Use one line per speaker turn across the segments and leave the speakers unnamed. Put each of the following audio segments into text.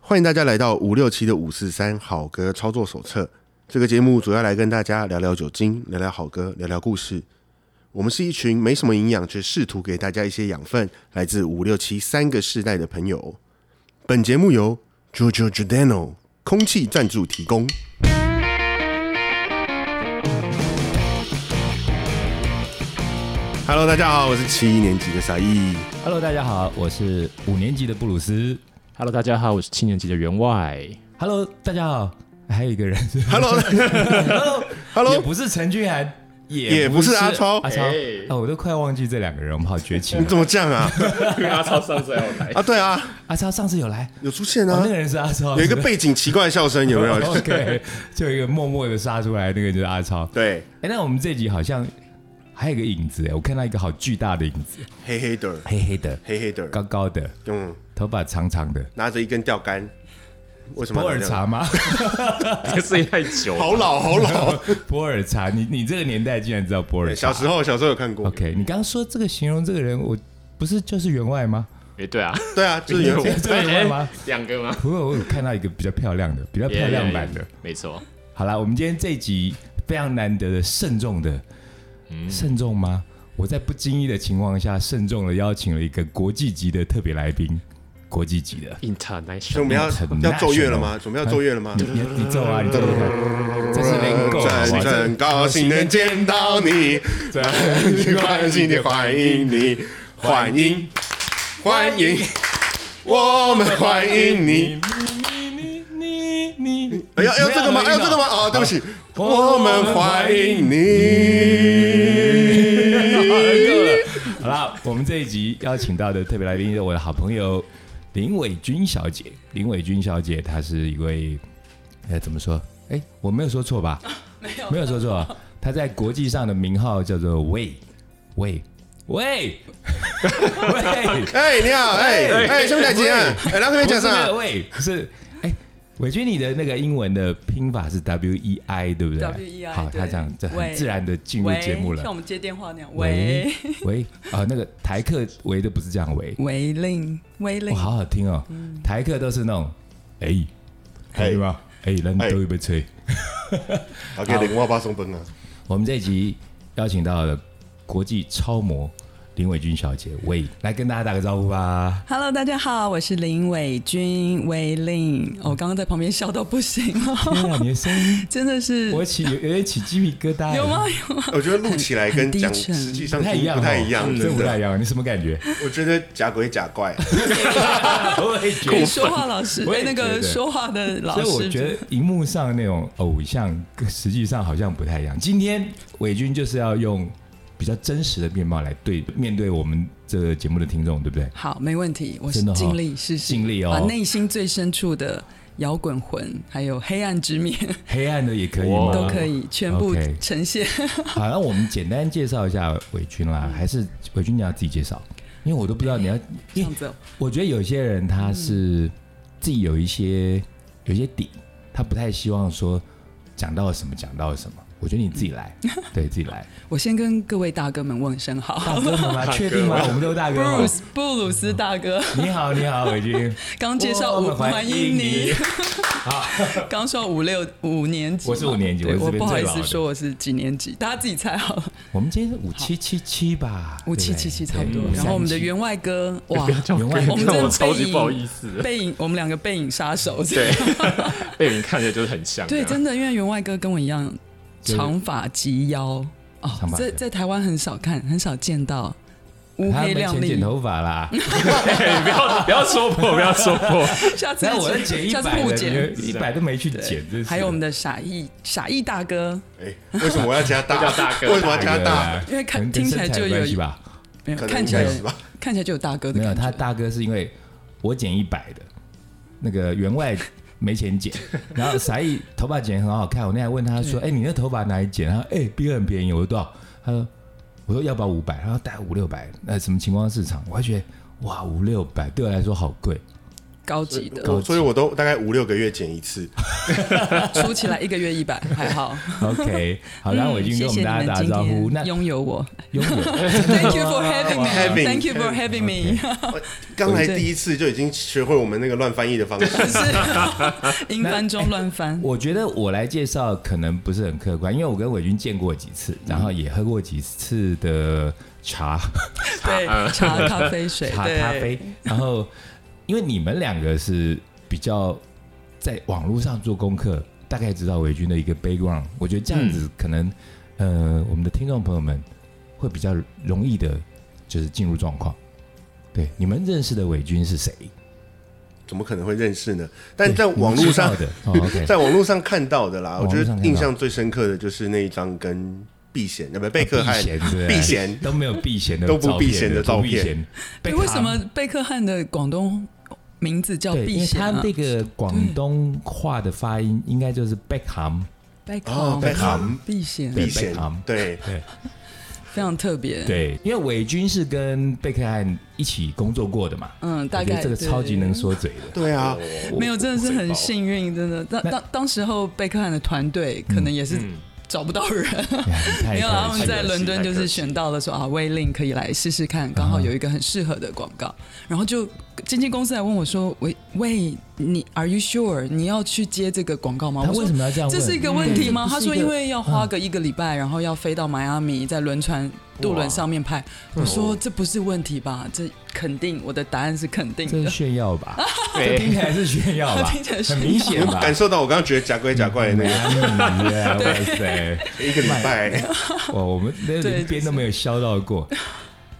欢迎大家来到五六七的五四三好歌操作手册。这个节目主要来跟大家聊聊酒精，聊聊好歌，聊聊故事。我们是一群没什么营养，却试图给大家一些养分，来自五六七三个世代的朋友。本节目由 Jojo Giordano 空气赞助提供。Hello，大家好，我是七一年级的傻义。
Hello，大家好，我是五年级的布鲁斯。
Hello，大家好，我是七年级的员外。
Hello，大家好，还有一个人
Hello，Hello，
也不是陈俊涵，也
也不是阿超哎
阿超、啊，我都快忘记这两个人，我们好绝 情
你
哦。
怎么这样啊？
因为阿超上次还有来，
啊，对啊，
阿超上次有来，
有出现
哦
啊
那，个人是阿 超，
有一个
是吧
背景奇怪的笑声， 有没有？
OK，就有一个默默的杀出来，那个就是阿超。
对，
哎、那我们这集好像还有一个影子，哎，我看到一个好巨大的影子，
黑黑的，
黑黑的，
黑黑的，
高高的，
嗯，
头发长长的，
拿着一根钓竿，为什么
普
要拿钓竿？
洱 茶吗？
这声音太久 了。
好老，好老。
普洱茶，你你这个年代竟然知道普 洱
对
茶
小？时 候，小时候有看过。
OK，你刚刚说这个形容这个人，我不是就是员外吗？
哎，对啊，
对啊，就是有
对
这个员外吗？
两个吗？
不过我有看到一个比较漂亮的，比较漂亮版的。
没错，
好啦，我们今天这一集非常难得的慎重的，慎重吗？我在不经意的情况下，慎重的邀请了一个国际级的特别来宾，国际级的。
所以我们
international
要
很
要奏乐了吗？准备要奏乐了吗？
你你你奏啊，你奏一下，这是啊能够好
真
吧？
真高兴能见到 你，真高兴的欢迎你，欢迎欢迎，我们欢迎你。
你你你你，
哎要要这个吗？要这个吗？？哦，对不起，
好
我们欢迎你。
够了。好啦，我们这一集邀请到的特别来宾是我的好朋友林伟君小姐。林伟君小姐，她是一位，呃，怎么说？哎、我没有说错吧？啊没有，没有说错。啊她在国际上的名号叫做魏魏喂 喂，
哎，你好，哎哎，兄弟姐姐，哎，那可以
不
讲
是那个
啥？
魏，是哎。伟君，你的那个英文的拼法是 W E I 对不对
WEI
好，他这样这很
喂
自然的进入
喂，
节目了
像。我们接电话那样，喂
喂啊、那个台客围的不是这样围，
喂令喂嗯令
哇，，好好听哦！台客都是那种，哎、可以吗？哎、人都一杯吹。
好，给零我八送分啊！
我们这一集邀请到了国际超模林伟君小姐，喂，来跟大家打个招呼 吧。
Hello，大家好，我是林伟君，威令。哦我刚刚在旁边笑到不行了，
天啊，你的声音，
真的是
我起有有点起鸡皮疙瘩，
有吗？？有吗？
我觉得录起来跟讲实际上
不太一样哦，
不太一样，
真的
真
不太一
的。
样。你什么 感觉？
我觉得假鬼假怪，
我也觉
给说话老师，
我也
哎那
觉
个
得
说话的老
所
师，
以我觉得荧幕上那种偶像，跟实际上好像不太一样。今天伟军就是要用比较真实的面貌来对面对我们这个节目的听众，对不对？
好，没问题，我是
真的哦
尽力试试，
尽力哦
把内心最深处的摇滚魂，还有黑暗之面
黑暗的也可以吗？
哇
都可以全部
OK
呈现。
好，那我们简单介绍一下伟军啦，还是伟军你要自己介绍，因为我都不知道你要，
这
因为
样子哦，
我觉得有些人他
嗯
是自己有一些有一些底，他不太希望说讲到什么讲到什么。我觉得你自己 来，对自己来。
我先跟各位大哥们问声好。
大哥哦们吗？确定吗？我们都大
布
哥哦
鲁
吗？
斯，布鲁斯大哥，
你好，你好，伟 军。
刚介绍
我
五，
们
欢迎你。
好，
刚说五六五年级嘛，
我是五年级
对
我是
我
这边
不好意
最老
思
的
说我是几年级，大家自己猜好了，
我们今天是五七七七吧？
五七七七差不多。然后我们的员外哥，哇，
员外
我们
让我
真
超
的背
级
影
不好意思的，
背影，我们两个背影杀手，
对，被你看着就是很像， 啊
对，真的，因为员外哥跟我一样，
就是
长发及腰哦
长发，及
在
腰
在台湾很少看，很少见到乌
他
黑
没
亮
钱剪
丽，
头发啦，
对，不要不要说破，不要说破，
下次
然后我在剪
剪，
一
下次
百
互
的，
剪。
一百都没去
对
剪，真是
还有我们的傻义傻义大哥，
哎，为什么我要加 大？
要大哥
为什么要加大？
对
因为看
可能跟
听起来
身材
就有
关系吧？
没有
可能
看起来
应该是吧
看起来就有大哥的
没有，
感觉。
他大哥是因为我剪一百的，那个员外没钱 剪，然后傻义头发剪得很好看，我那天还问他说：“哎、你那头发哪里剪？”他说：“哎、比很便宜，我说多少？”他说：“我说要不要五百？”他 说：“大概五六百。”那什么情况市场？我还觉得哇，五六百对我来说好贵。
高级的，
我所以我都大概五六个月剪一次。
出起来一个月一 百，还好。嗯
OK，好，然后我已经跟我们大家打招呼。那
那拥有 我
拥有
，Thank you for having me.
Having-
Thank you for having me.
刚才第一次就已经学会我们那个乱翻译的方式。
是英翻中乱翻，
我觉得我来介绍可能不是很客观，因为我跟伟军见过几次，然后也喝过几次的茶、
对， 茶咖啡水，
茶、
对
咖啡，然后因为你们两个是比较在网络上做功课，大概知道伟军的一个 background，我觉得这样
嗯
子可能、呃，我们的听众朋友们会比较容易的，就是进入状况。对，你们认识的伟军是谁？
怎么可能会认识呢？但
对
在网
你
络
知道
上，
的、哦、，OK，
在网络上看到的啦，
网
我
络
觉
上
得
看到
印象最深刻的就是那一张跟避嫌，呃，不，贝克
避
汉
嫌，对不对
避嫌
都没有避嫌的照
都
片，
不避嫌的照片
都不避嫌。
对
被
为
他
什么贝克汉的广东名字叫
对，因
避
为
嫌
他
啊？
那个广东话的发音应该就是 Beckham，
贝克
哦
汉，
贝克汉
避嫌
对
避嫌
贝克汉，
对，
对
非常特别。
对，因为伟军是跟贝克汉一起工作过的嘛，
嗯，大
我觉得
概
这个
对
超级能说嘴的，
对啊，
没有，真的是很幸运，真的。当
那
当当时候贝克汉的团队可能也是
嗯
找不到人，
哎呀 你太
没有啊啦，
太
他们在
可惜
伦敦
太
就
可
是
惜
选到了说啊，威令可以来试试看，刚好有一个很适合的广告，然后就经纪公司来问我说，喂喂，你 Are you sure 你要去接这个广告吗？
他
我
啊
说
为什么要这样
这
问？
是一个问题吗？
嗯
他说因为要花个一个礼拜，然后要飞到迈阿密，在轮船渡轮上面拍。我说这不是问题吧？这肯定，我的答案是肯定
这是
的。
炫耀吧？ 这听
对，
起来是炫耀 吧？
听起来是
很明显吧？
感受到我刚刚觉得假怪假怪的那个
嗯耶哇塞！
嗯
一个礼 拜，
哇，我 们那
对嗯
连边都没有削到过。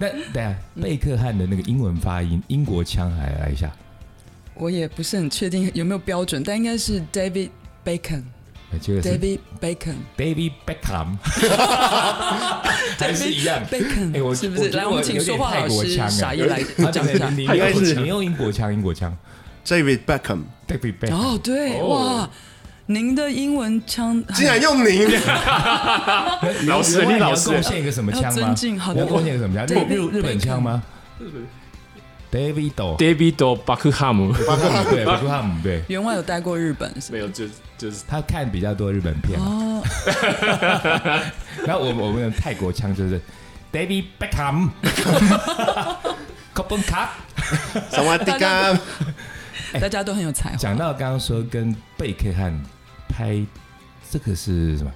那等一下，贝克汉的那个英文发音，英国腔还来一下
我也不是很确定有没有标准，但应该是 David Bacon，David
呃这个是
Bacon。
David Beckham，还 是一样。
Bacon，
哎，我
是不是？
觉得
来，我们
有
请
点
说话
泰
老
国
师
腔啊
傻一来
啊
讲
对
一下
对。你
泰
你
国
用
腔
你用英国腔，英国腔
David Beckham
，David Beckham，
哦，对，哇，您的英文腔
竟然用 您，
老师
另外
你老
要
师
贡献一个什么
要
腔
尊
吗？
敬，好
你
的
要，贡献一个什么腔？
对
日日日本腔吗？David Do，
David Buckham
对，不是他们对。
员外有待过日本是吧
没有，就是就是
他看比较多日本片，
哦，
然后我们我们的泰国腔就是 David Beckham，c o p e n c a
什么地干？
大家都很有才华。
哎讲到刚刚说跟贝克汉拍这个是什么？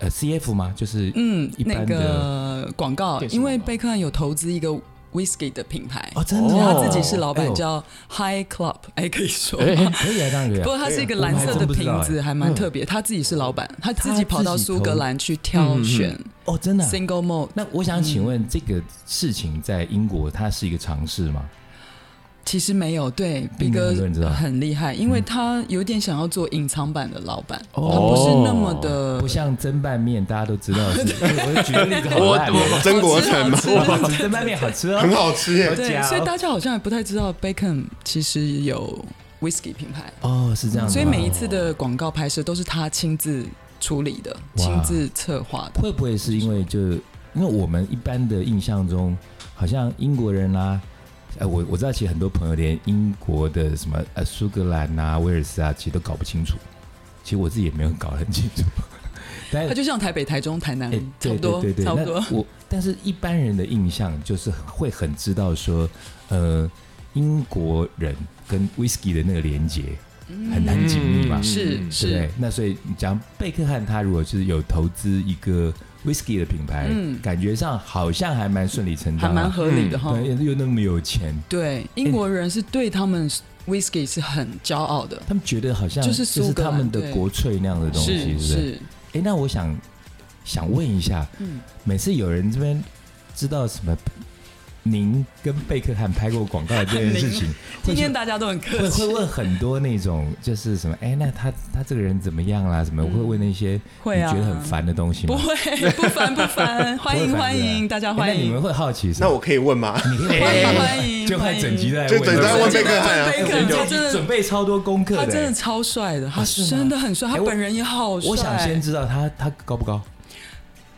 呃，CF 吗？就是
嗯，
一
那
般的
个广告，
电视
因为
广告
贝克汉有投资一个 whisky 的品牌，
哦，真的吗，
他自己是老
哎
板，
呦
叫 High Club，哎，可以说
哎
吗。
可以啊，当然可以啊
不过它是一个蓝色的
哎
瓶子，还蛮特别。他自己是老板，他自己跑到苏格兰去挑选
哦，真的啊、
single malt。
那我想请问，这个事情在英国它是一个尝试吗？
其实没有，对，比
并没有
哥
很多人知道嗯
很厉害，因为他有点想要做隐藏版的老板，他
哦
不是那么的
不像蒸拌面，大家都知道是。 我就举个例子好烂
我
哦，
曾国成吗
好？吃好吃
我蒸拌面好吃哦
很。好吃耶，
对
加，哦
所以大家好像也不太知道 Bacon 其实有 whisky 品牌，
哦，是这样子吗。
所以每一次的广告拍摄都是他亲自处理的，
哇
亲自策划的。
会不会是因为就因为我们一般的印象中，好像英国人啦、呃，我我知道其实很多朋友连英国的什么呃苏格兰啊、威尔斯啊，其实都搞不清楚。其实我自己也没有搞得很清楚， 但
他就像台北、台中、台南
哎，，
嗯差不
对
多
对对，对
差不多。。
那我但是一般人的印象就是会很知道说，呃，英国人跟 whisky 的那个连接很难紧密嘛，
嗯
是
嗯
对不
是
对，？那所以你讲贝克汉他如果是有投资一个 whisky 的品牌，
嗯
感觉上好像还蛮顺理成
还
章、
蛮
啊，
合理的哈。
对，又那么有钱，
对，英国人是对他们 whisky 是很骄傲的，
他们觉得好像
就是苏
是
格兰
他们的
对
国粹那样的东西，
是
不是？
是，
哎，那我想想问一下，
嗯，，
每次有人这边知道什么您跟贝克汉拍过广告的这件事情 会
今天大家都很客
会
气
会，问很多那种就是什么哎，那他他这个人怎么样啦？什么
嗯
会问那些
会
你
啊，
觉得很烦的东西
不
吗？
会，不烦不烦，欢迎
不会
欢
烦是
迎，
吧
大家
哎
欢
那你
迎
们，会好奇什
那
么？
我可以问吗？
你可以
欢迎
问，
欢迎，
就换整集在
就整集在问贝
贝
克汉啊
贝克
克，
汉
就
真的
准备超多功课
他真的
的。哎啊
超帅的，他
是吗
真的很帅，他
哎我
本人也好帅。
我想先知道他他高不高？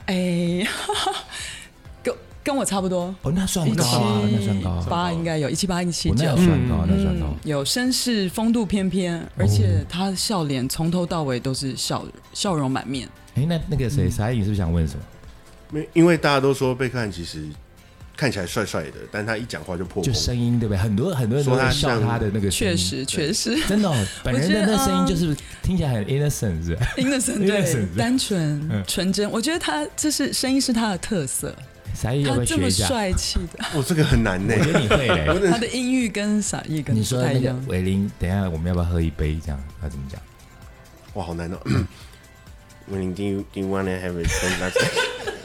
哎，哈哈，跟跟我差不多，
哦，那算
一
高啊，那
七
算高啊，哦
八应该有一七八一七
我那
九
要。算高，啊那算高
嗯。，有绅士风度翩翩，而
哦
且他笑脸从头到尾都是笑笑容满面。
哎，那那个
嗯
谁，沙影是不是想问什么？
没因为大家都说贝克汉其实看起来帅帅的，但他一讲话就破
就
功。
声音对不对？很多很多人都
说他
会笑
像
他的那个声音，
确实，确实
真的哦，本人的
我觉得
那声音
嗯
就是听起来很 innocent，是吧
，innocent 对
Innocent，，
单纯
嗯
纯真。我觉得他这是声音是他的特色，
沙溢要不
他
要
啊这
学
么
一下？
帅气的，
哦，这个很难呢、
我觉得你 会嘞。
他的音域跟傻艺跟
你
不
说
太
那
一
个
样。
维林，等一下我们要不要喝一杯？这样要怎么讲？
哇，好难哦。When do you do you wanna have a drink？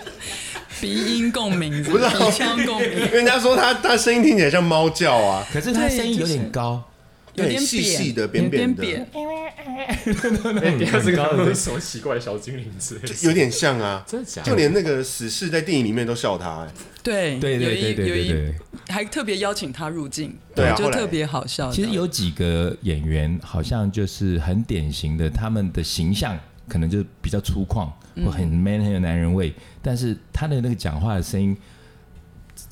鼻音共鸣，
不是
鼻腔共鸣，
人家说他他声音听起来像猫叫 啊，
可是他
对
声音有
就是
点高，
有点扁
细细的、扁
有点
的，
扁。
哎，等一下这
高的
个是什么奇怪的小精灵之类的？
有点像啊。
真的假的？
就连那个死侍在电影里面都笑他、哎，
对
对对对对
有一
对
有一
对。
还特别邀请他入境，
对啊
就
后来
特别好笑的。
其实有几个演员好像就是很典型的，他们的形象可能就是比较粗犷，
嗯
或很 man 很有男人味，但是他的那个讲话的声音，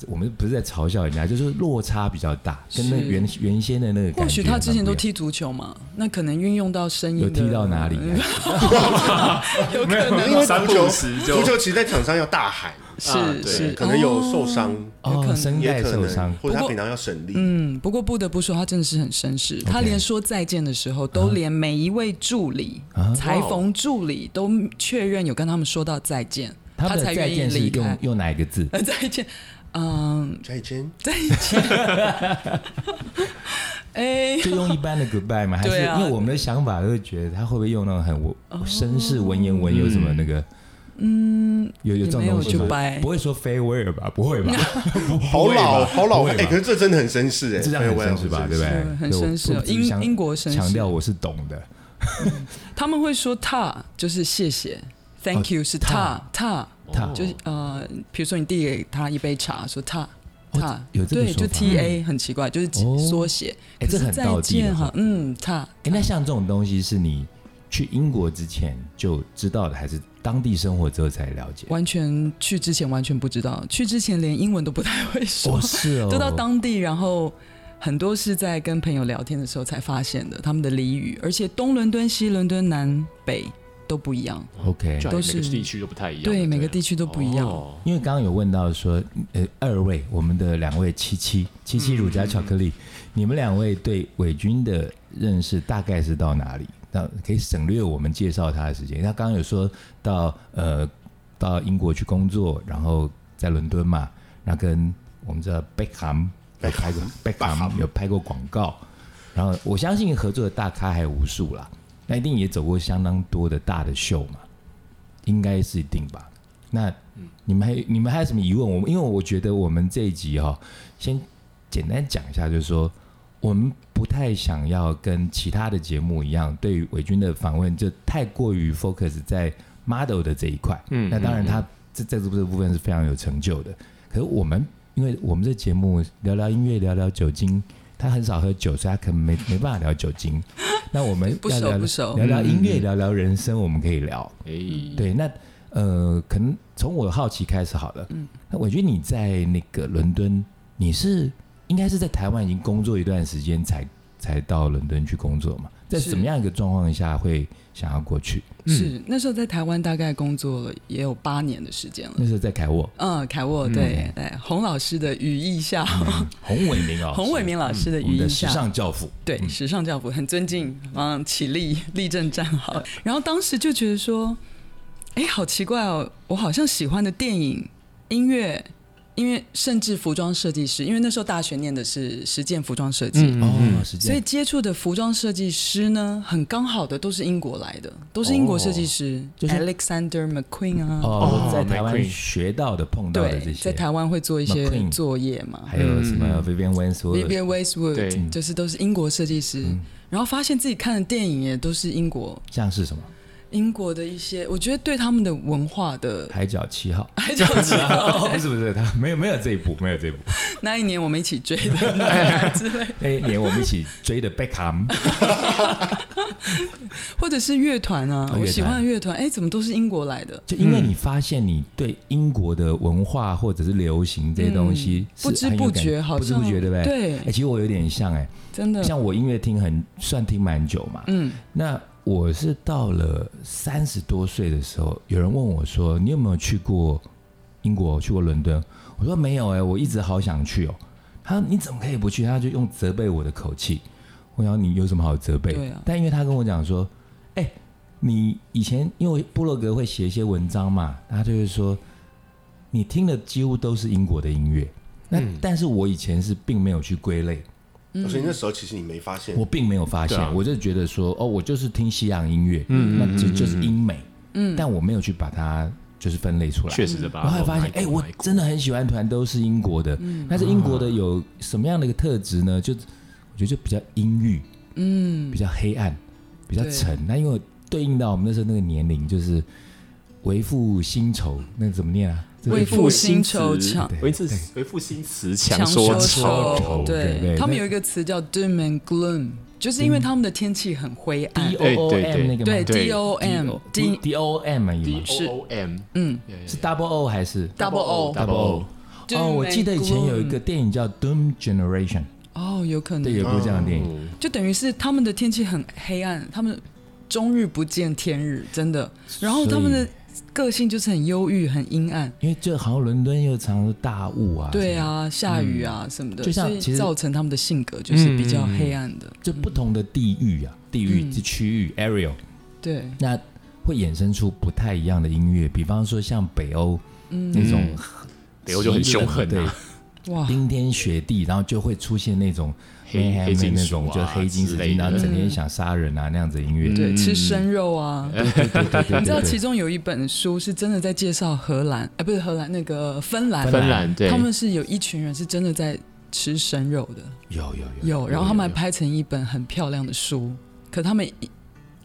我们不是在嘲笑人家，就是落差比较大，跟那
是
原原先的那个感觉
或许他之前
蛮不一
都
样
踢足球嘛，那可能运用到声音的嗯
有踢到哪里、 啊？
有可能
因为
三
足
不
球
五时就
足球其实在场上要大喊，
啊
是
对
是
可能有受。
哦
伤，
有可
哦，
能
声带
也可
受伤
能，或者
不
他
过
平常要省力。
嗯，不过不得不说，他真的是很绅士。他连说再见的时候，
啊
都连每一位助理、裁缝助理都确认有跟他们说到再见，
他们
才
的再
愿意
见是
离
用
开。
用哪一个字？
呃，再见，嗯，
再见，
再见。哎，
就用一般的 goodbye 吗？还是
对啊哦
因为我们的想法都会觉得他会不会用那种很文绅士文言文有什么那个？嗯，有有这种
也没有
东西吗
就掰
不会说 farewell 吧？不会吧？
好老好老，
不会
哎、
吧
可是这真的很绅士哎、
这样很绅士吧？对不对
是？很绅士
所以我
英
我想
英国绅士
强调我是懂的。
他们会说“他”，就是谢谢，“thank
哦
you” 是“他他”，
他
就是呃，比如说你递给他一杯茶，说“他他”，
哦有这个
对，
说
就
法
T A 很奇怪，就是
哦
缩写。
哎
可
这
是
很道
再
地
见
了
哈，嗯，他
哎，那像这种东西是你去英国之前就知道的，还是当地生活之后才了解？
完全去之前完全不知道，去之前连英文都不太会说
哦，，是 哦，
都到当地，然后很多是在跟朋友聊天的时候才发现的，他们的俚语，而且东伦敦、西伦敦、南北都不一样，
OK，
就
都
每
是
个地区都不太一样，
对，每个
地
地区都不一样。
哦
因为刚刚有问到说，呃，二位我们的两位七七七七乳加巧克力，你们两位对伪军的认识大概是到哪里？那可以省略我们介绍他的时间。他刚刚有说到呃，到英国去工作，然后在伦敦嘛，那跟我们知道贝克汉姆有拍过贝克汉姆有拍过广告，然后我相信合作的大咖还有无数啦，那一定也走过相当多的大的秀嘛，应该是一定吧？那
嗯
你们还你们还有什么疑问？我们因为我觉得我们这一集哈、先简单讲一下，就是说我们不太想要跟其他的节目一样，对于伟军的访问就太过于 focus 在 model 的这一块。
嗯
那当然他这在这这部分是非常有成就的。可是我们因为我们这节目聊聊音乐，聊聊酒精。他很少喝酒，所以他可能没没办法聊酒精。那我们
不
要
熟
聊
不熟嗯
聊聊音乐，聊聊人生，我们可以聊。
哎，
对，那呃，可能从我的好奇开始好了。嗯，那我觉得你在那个伦敦，你是应该是在台湾已经工作一段时间才才到伦敦去工作嘛？在
是
怎么样一个状况下会想要过去？
是那时候在台湾大概工作了也有八年的时间了。
那时候在凯 沃，
嗯，凯沃对，哎，洪老师的羽翼下，
洪伟明啊，
洪伟明老师的
嗯我们
羽
的
翼
时
下，
尚嗯教父，
对，时尚教父很尊敬，嗯，起立立正站
嗯
好。然后当时就觉得说，哎，好奇怪哦，我好像喜欢的电影、音乐、音乐，甚至服装设计师，因为那时候大学念的是实践服装设计，
哦，时
嗯所以
间
接触的服装设计师呢，很刚好的都是英国来的，都是英国设计师，
哦就是
Alexander McQueen 啊，
哦
哦，
在台湾
McQueen
学到的、碰到的这
对，在
些，
台湾会嗯做一些
McQueen
作业嘛，
还有什么 Vivian Westwood，
Vivian
对
Westwood，就是都是英国设计师，
嗯
然后发现自己看的电影也都是英国
像是什么
英国的一些，我觉得对他们的文化 的。
海角七号
海角七
哦，
号，
不是不是，他没有没有这一部，没有这一部。
那一年我们一起 追的之类的，
哎 那一年我们一起追的贝克汉姆，
或者是乐团
哦
啊，
乐团
我喜欢的乐团，哎，怎么都是英国来的？
就因为你发现你对英国的文化或者是流行这些东西
嗯不
是
知
很有
不
感
觉好
不知不
像
觉，对不对？
对
哎、其实我有点像哎、
真的，
像我音乐听很算听蛮久嘛，
嗯，
那我是到了三十多岁的时候，有人问我说：“你有没有去过英国？去过伦敦？”我说：“没有哎、我一直好想去哦。”他说：“你怎么可以不去？”他就用责备我的口气。我想你有什么好责备？
对啊
但因为他跟我讲说：“哎、你以前因为布洛格会写一些文章嘛，他就会说你听的几乎都是英国的音乐。那、
嗯
但是我以前是并没有去归类，
所以那时候其实你没发现
我，并没有发现，
对啊
我就觉得说，哦，我就是听西洋音乐，嗯，那这就是英美，嗯，但我没有去把它就是分类出来。
确实啊的吧？
我后来发现，哎、我真的很喜欢团都是英国的，但是英国的有什么样的一个特质呢？就我觉得就比较阴郁，嗯，比较黑暗，比较
对
沉。那因为对应到我们那时候那个年龄，就是为赋新愁，那怎么念啊？这个
为赋新
愁
愁强
对
为赋为赋新词强
强
说
愁
愁。
愁对对
对他们
那
有一个词叫 doom and gloom，就是因为他们的天气很灰暗
D，O O
对对
M 那个
对
吗？
对
D O M D
D O M 而已
D
嘛，
是
O O M
嗯
是 Double O 还是
double O
double O，
Doom
哦，我记得
and
以前有一个
gloom
电影叫《Doom Generation》，
哦，有可
对，
能
有部这样的电影。
嗯
就等于是他们的天气很黑暗，他们终日不见天日，真的。然后他们的个性就是很忧郁、很阴暗，
因为这好像伦敦又常常大雾啊，嗯
对，啊，下雨啊什么的，
就像
所以
其实嗯
造成他们的性格就是比较黑暗的，
就不同的地域啊，地域
嗯
之区域 area，
对，
那会衍生出不太一样的音乐，比方说像北欧那种
嗯北欧就很凶狠
对
啊，
哇，
冰天雪地，然后就会出现那种
黑
mayhem
黑金
那
属
种，
啊
就黑金属
之类的
然后整天想杀人啊那样子的音乐。
嗯对，
嗯
吃生肉啊。
对对对对
你知道，其
对，
中有一本书是真的在介绍荷兰，哎，不是荷兰，那个芬兰，
芬
芬兰对
他们是有一群人是真的在吃生肉的，
有有有
有，然后他们还拍成一本很漂亮的书，可他们引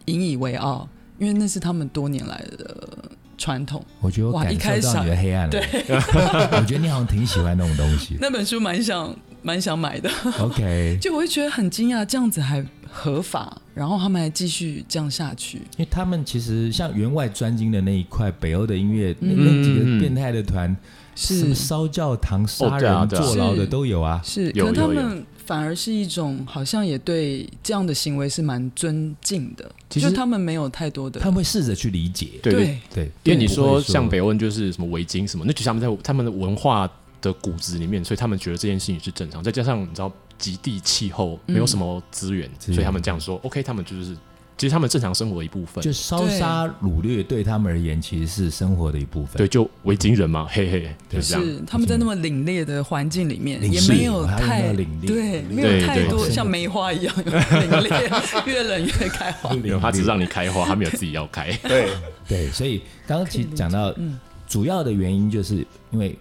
引以为傲，因为那是他们多年来的传统。
我觉得我
哇一
感
开
受到
始
你的黑暗了。 我觉得你好像挺喜欢那种东 西的。
那本书蛮想蛮想买的，
OK，
就我会觉得很惊讶，这样子还合法，然后他们还继续这样下去。
因为他们其实像员外专精的那一块，北欧的音乐，那
嗯
那几个变态的团，什
是
么烧教堂、杀
哦对啊
人、
对啊
坐牢的
是
都有啊。
是，
有
可他
有有
们反而是一种好像也对这样的行为是蛮尊敬的，
其实
就他们没有太多的
他们会试着去理解，
对对，
对，
因为你
不会
说像北欧人就是什么围巾什么，那就是他们在他们的文化的骨子里面，所以他们觉得这件事情是正常。再加上你知道极地气候
嗯
没有什么资源，
资源
所以他们这样说，OK，他们就是其实他们正常生活的一部分。
就烧杀掳掠，对他们而言其实是生活的一部分。
对，，就维京人嘛，嘿嘿，
对
就是这样。
是他们在那么凛冽的环境里面，
凛
也
冽
没有
哦他们
太
叫凛冽
对，没
对
有太
对
多
是
像梅花一样凛冽，越冷越开花。
没有，他只是让你开花，他没有自己要开。
对，
对，所以刚刚其实讲到
嗯，
主要的原因，就是因为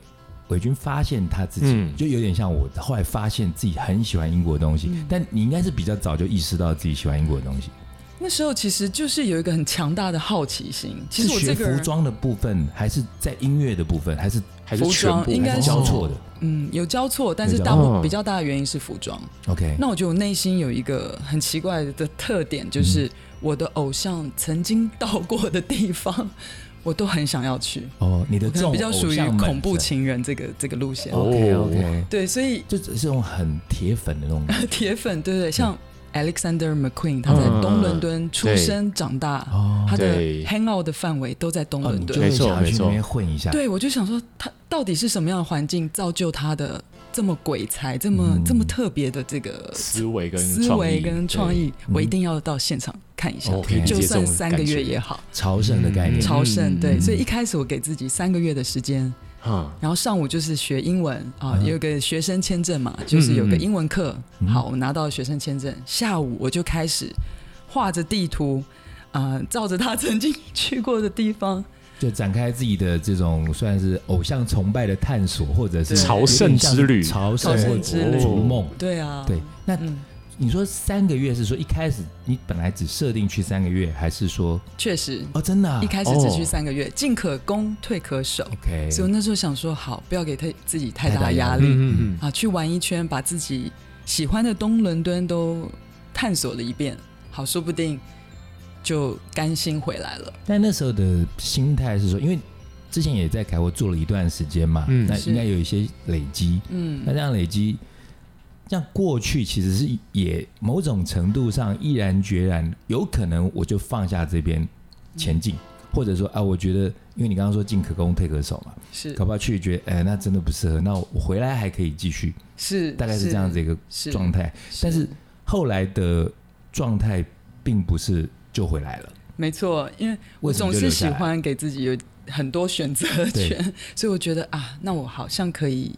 伟军发现他自己，
嗯
就有点像我后来发现自己很喜欢英国的东西，但你应该是比较早就意识到自己喜欢英国的东西。
那时候其实就是有一个很强大的好奇心。其实我
是学
这个
服
人，
装的部分，还是在音乐的部分，还是
还是
服
全
装
部
应该
还
是
是交错的、
嗯，有交错，但
有
是
交
大
错
部
哦
比较大的原因是服装。
o k
那我觉得我内心有一个很奇怪的特点，就是我的偶像曾经到过的地方，我都很想要 去。
哦，你的
我可
这种
能比较属于
偶像们
恐怖。情人这个这个路线。
OK
哦
OK，
对，所以
就只是那种很铁粉的那种感觉。
铁粉，对对，
嗯
像 Alexander McQueen，他在东伦敦出生长大，
哦
他的
对
hang out 的范围都在东
哦，
伦
你就
敦。
会
没错
想要去
没错
那边混一下。
对，我就想说，他到底是什么样的环境造就他的这么鬼才，这么、
嗯
这么特别的这个
思维跟
思
创
维
意
跟创意？我
嗯
一定要到现场看一下，
哦可以理解
就算
这种
三个
感
月
觉
也好，
朝圣的概念
嗯。
朝圣。对，
嗯
所以一开始我给自己三个月的时间，
哈，
然后上午就是学英文啊
嗯，
有个学生签证嘛，就是有个英文课。
嗯
好，我拿到学生签证，下午我就开始画着地图，啊，照着他 曾经去过的地方，
就展开自己的这种算是偶像崇拜的探索，或者是
对
有点像
朝圣之旅
朝圣
朝
或
圣之旅
逐梦。
对啊，
对，，那
嗯，
你说三个月是说一开始你本来只设定去三个月，还是说
确实
哦真的啊
一开始只去
哦
三个月，进可攻，退可守。
OK
所以我那时候想说，好，不要给他自己太
太大
大
压
压
力
力
嗯嗯
啊，去玩一圈，把自己喜欢的东伦敦都探索了一遍。好，说不定就甘心回来了。
但那时候的心态是说，因为之前也在凯国做了一段时间嘛，
嗯
那
是
应该有一些累积。
嗯
那这样累积，像过去其实是也某种程度上毅然决然，有可能我就放下这边
嗯
前进，或者说啊，我觉得因为你刚刚说进可攻退可守嘛，
是
搞不好去觉得哎，那真的不适合，那我回来还可以继续，
是，
大概是这样子一个
是
状态。但是后来的状态并不是就回来了，
没错，因为我
为什么
总
就是留下
喜
来
欢给自己有很多选择权，所以我觉得啊，那我好像可以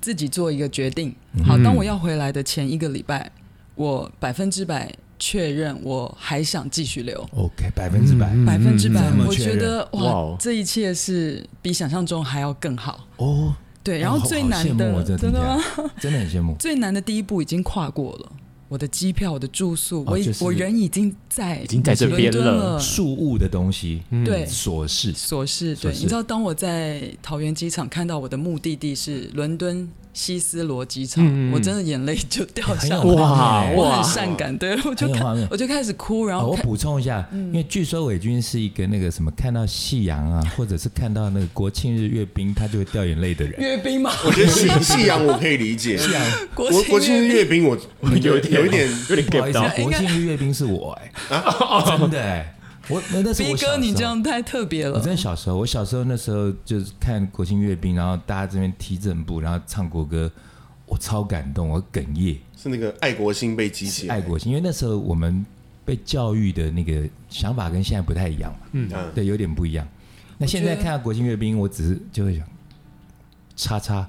自己做一个决定。
嗯
好，当我要回来的前一个礼拜，我百分之百确认我还想继续留。
OK，百分之百。
嗯
百分之百
这，么
我
确
觉得
认哇
哇
哦，
这一切是比想象中还要更好。
哦，
对，
哎
然
好
后最
好羡
难
慕
的
哦，这
真
听
的
起来
吗？
真的很 羡慕。
最难的第一步已经跨过了，我的机票、我的住宿，
哦
我已、
就是
我人已经在已
已经在这边了
了。
庶物的东西，
嗯
嗯对
琐事，
琐事，
琐
对，
事
你知道，当我在桃园机场看到我的目的地是伦敦希斯罗机
嗯
场，
嗯嗯
我真的眼泪就掉下来。
哎很有画
哇
面
我
哇
很善感，对我就
很有画面
看，我就开始哭，然
哦，
后
我
看，
补充一下，
嗯
因为据说伟军是一个那个什么，看到夕阳啊，或者是看到那个国庆日阅兵，他就会掉眼泪的人。
阅兵嘛，
我觉得夕夕阳我可以理解，夕阳
啊
国
国国庆
庆
日
阅
阅兵 我有嗯有一点
有点
不好
get
意
不
思
到，，哦
应
国
该
庆日阅兵是我 哎，真的哎，我那那是
兵，
我小
逼
时
哥
候
你这。样太特别
我
了
真，的小时候，我小时候那时候就是看国庆阅兵，然后大家这边踢正步，然后唱国歌，我超感动，我哽咽。
是那个爱国心被激起来
爱，国心，因为那时候我们被教育的那个想法跟现在不太一样嘛，嗯
嗯
对，有点不一样。那现在看到国庆阅兵，我只是就会想，叉叉，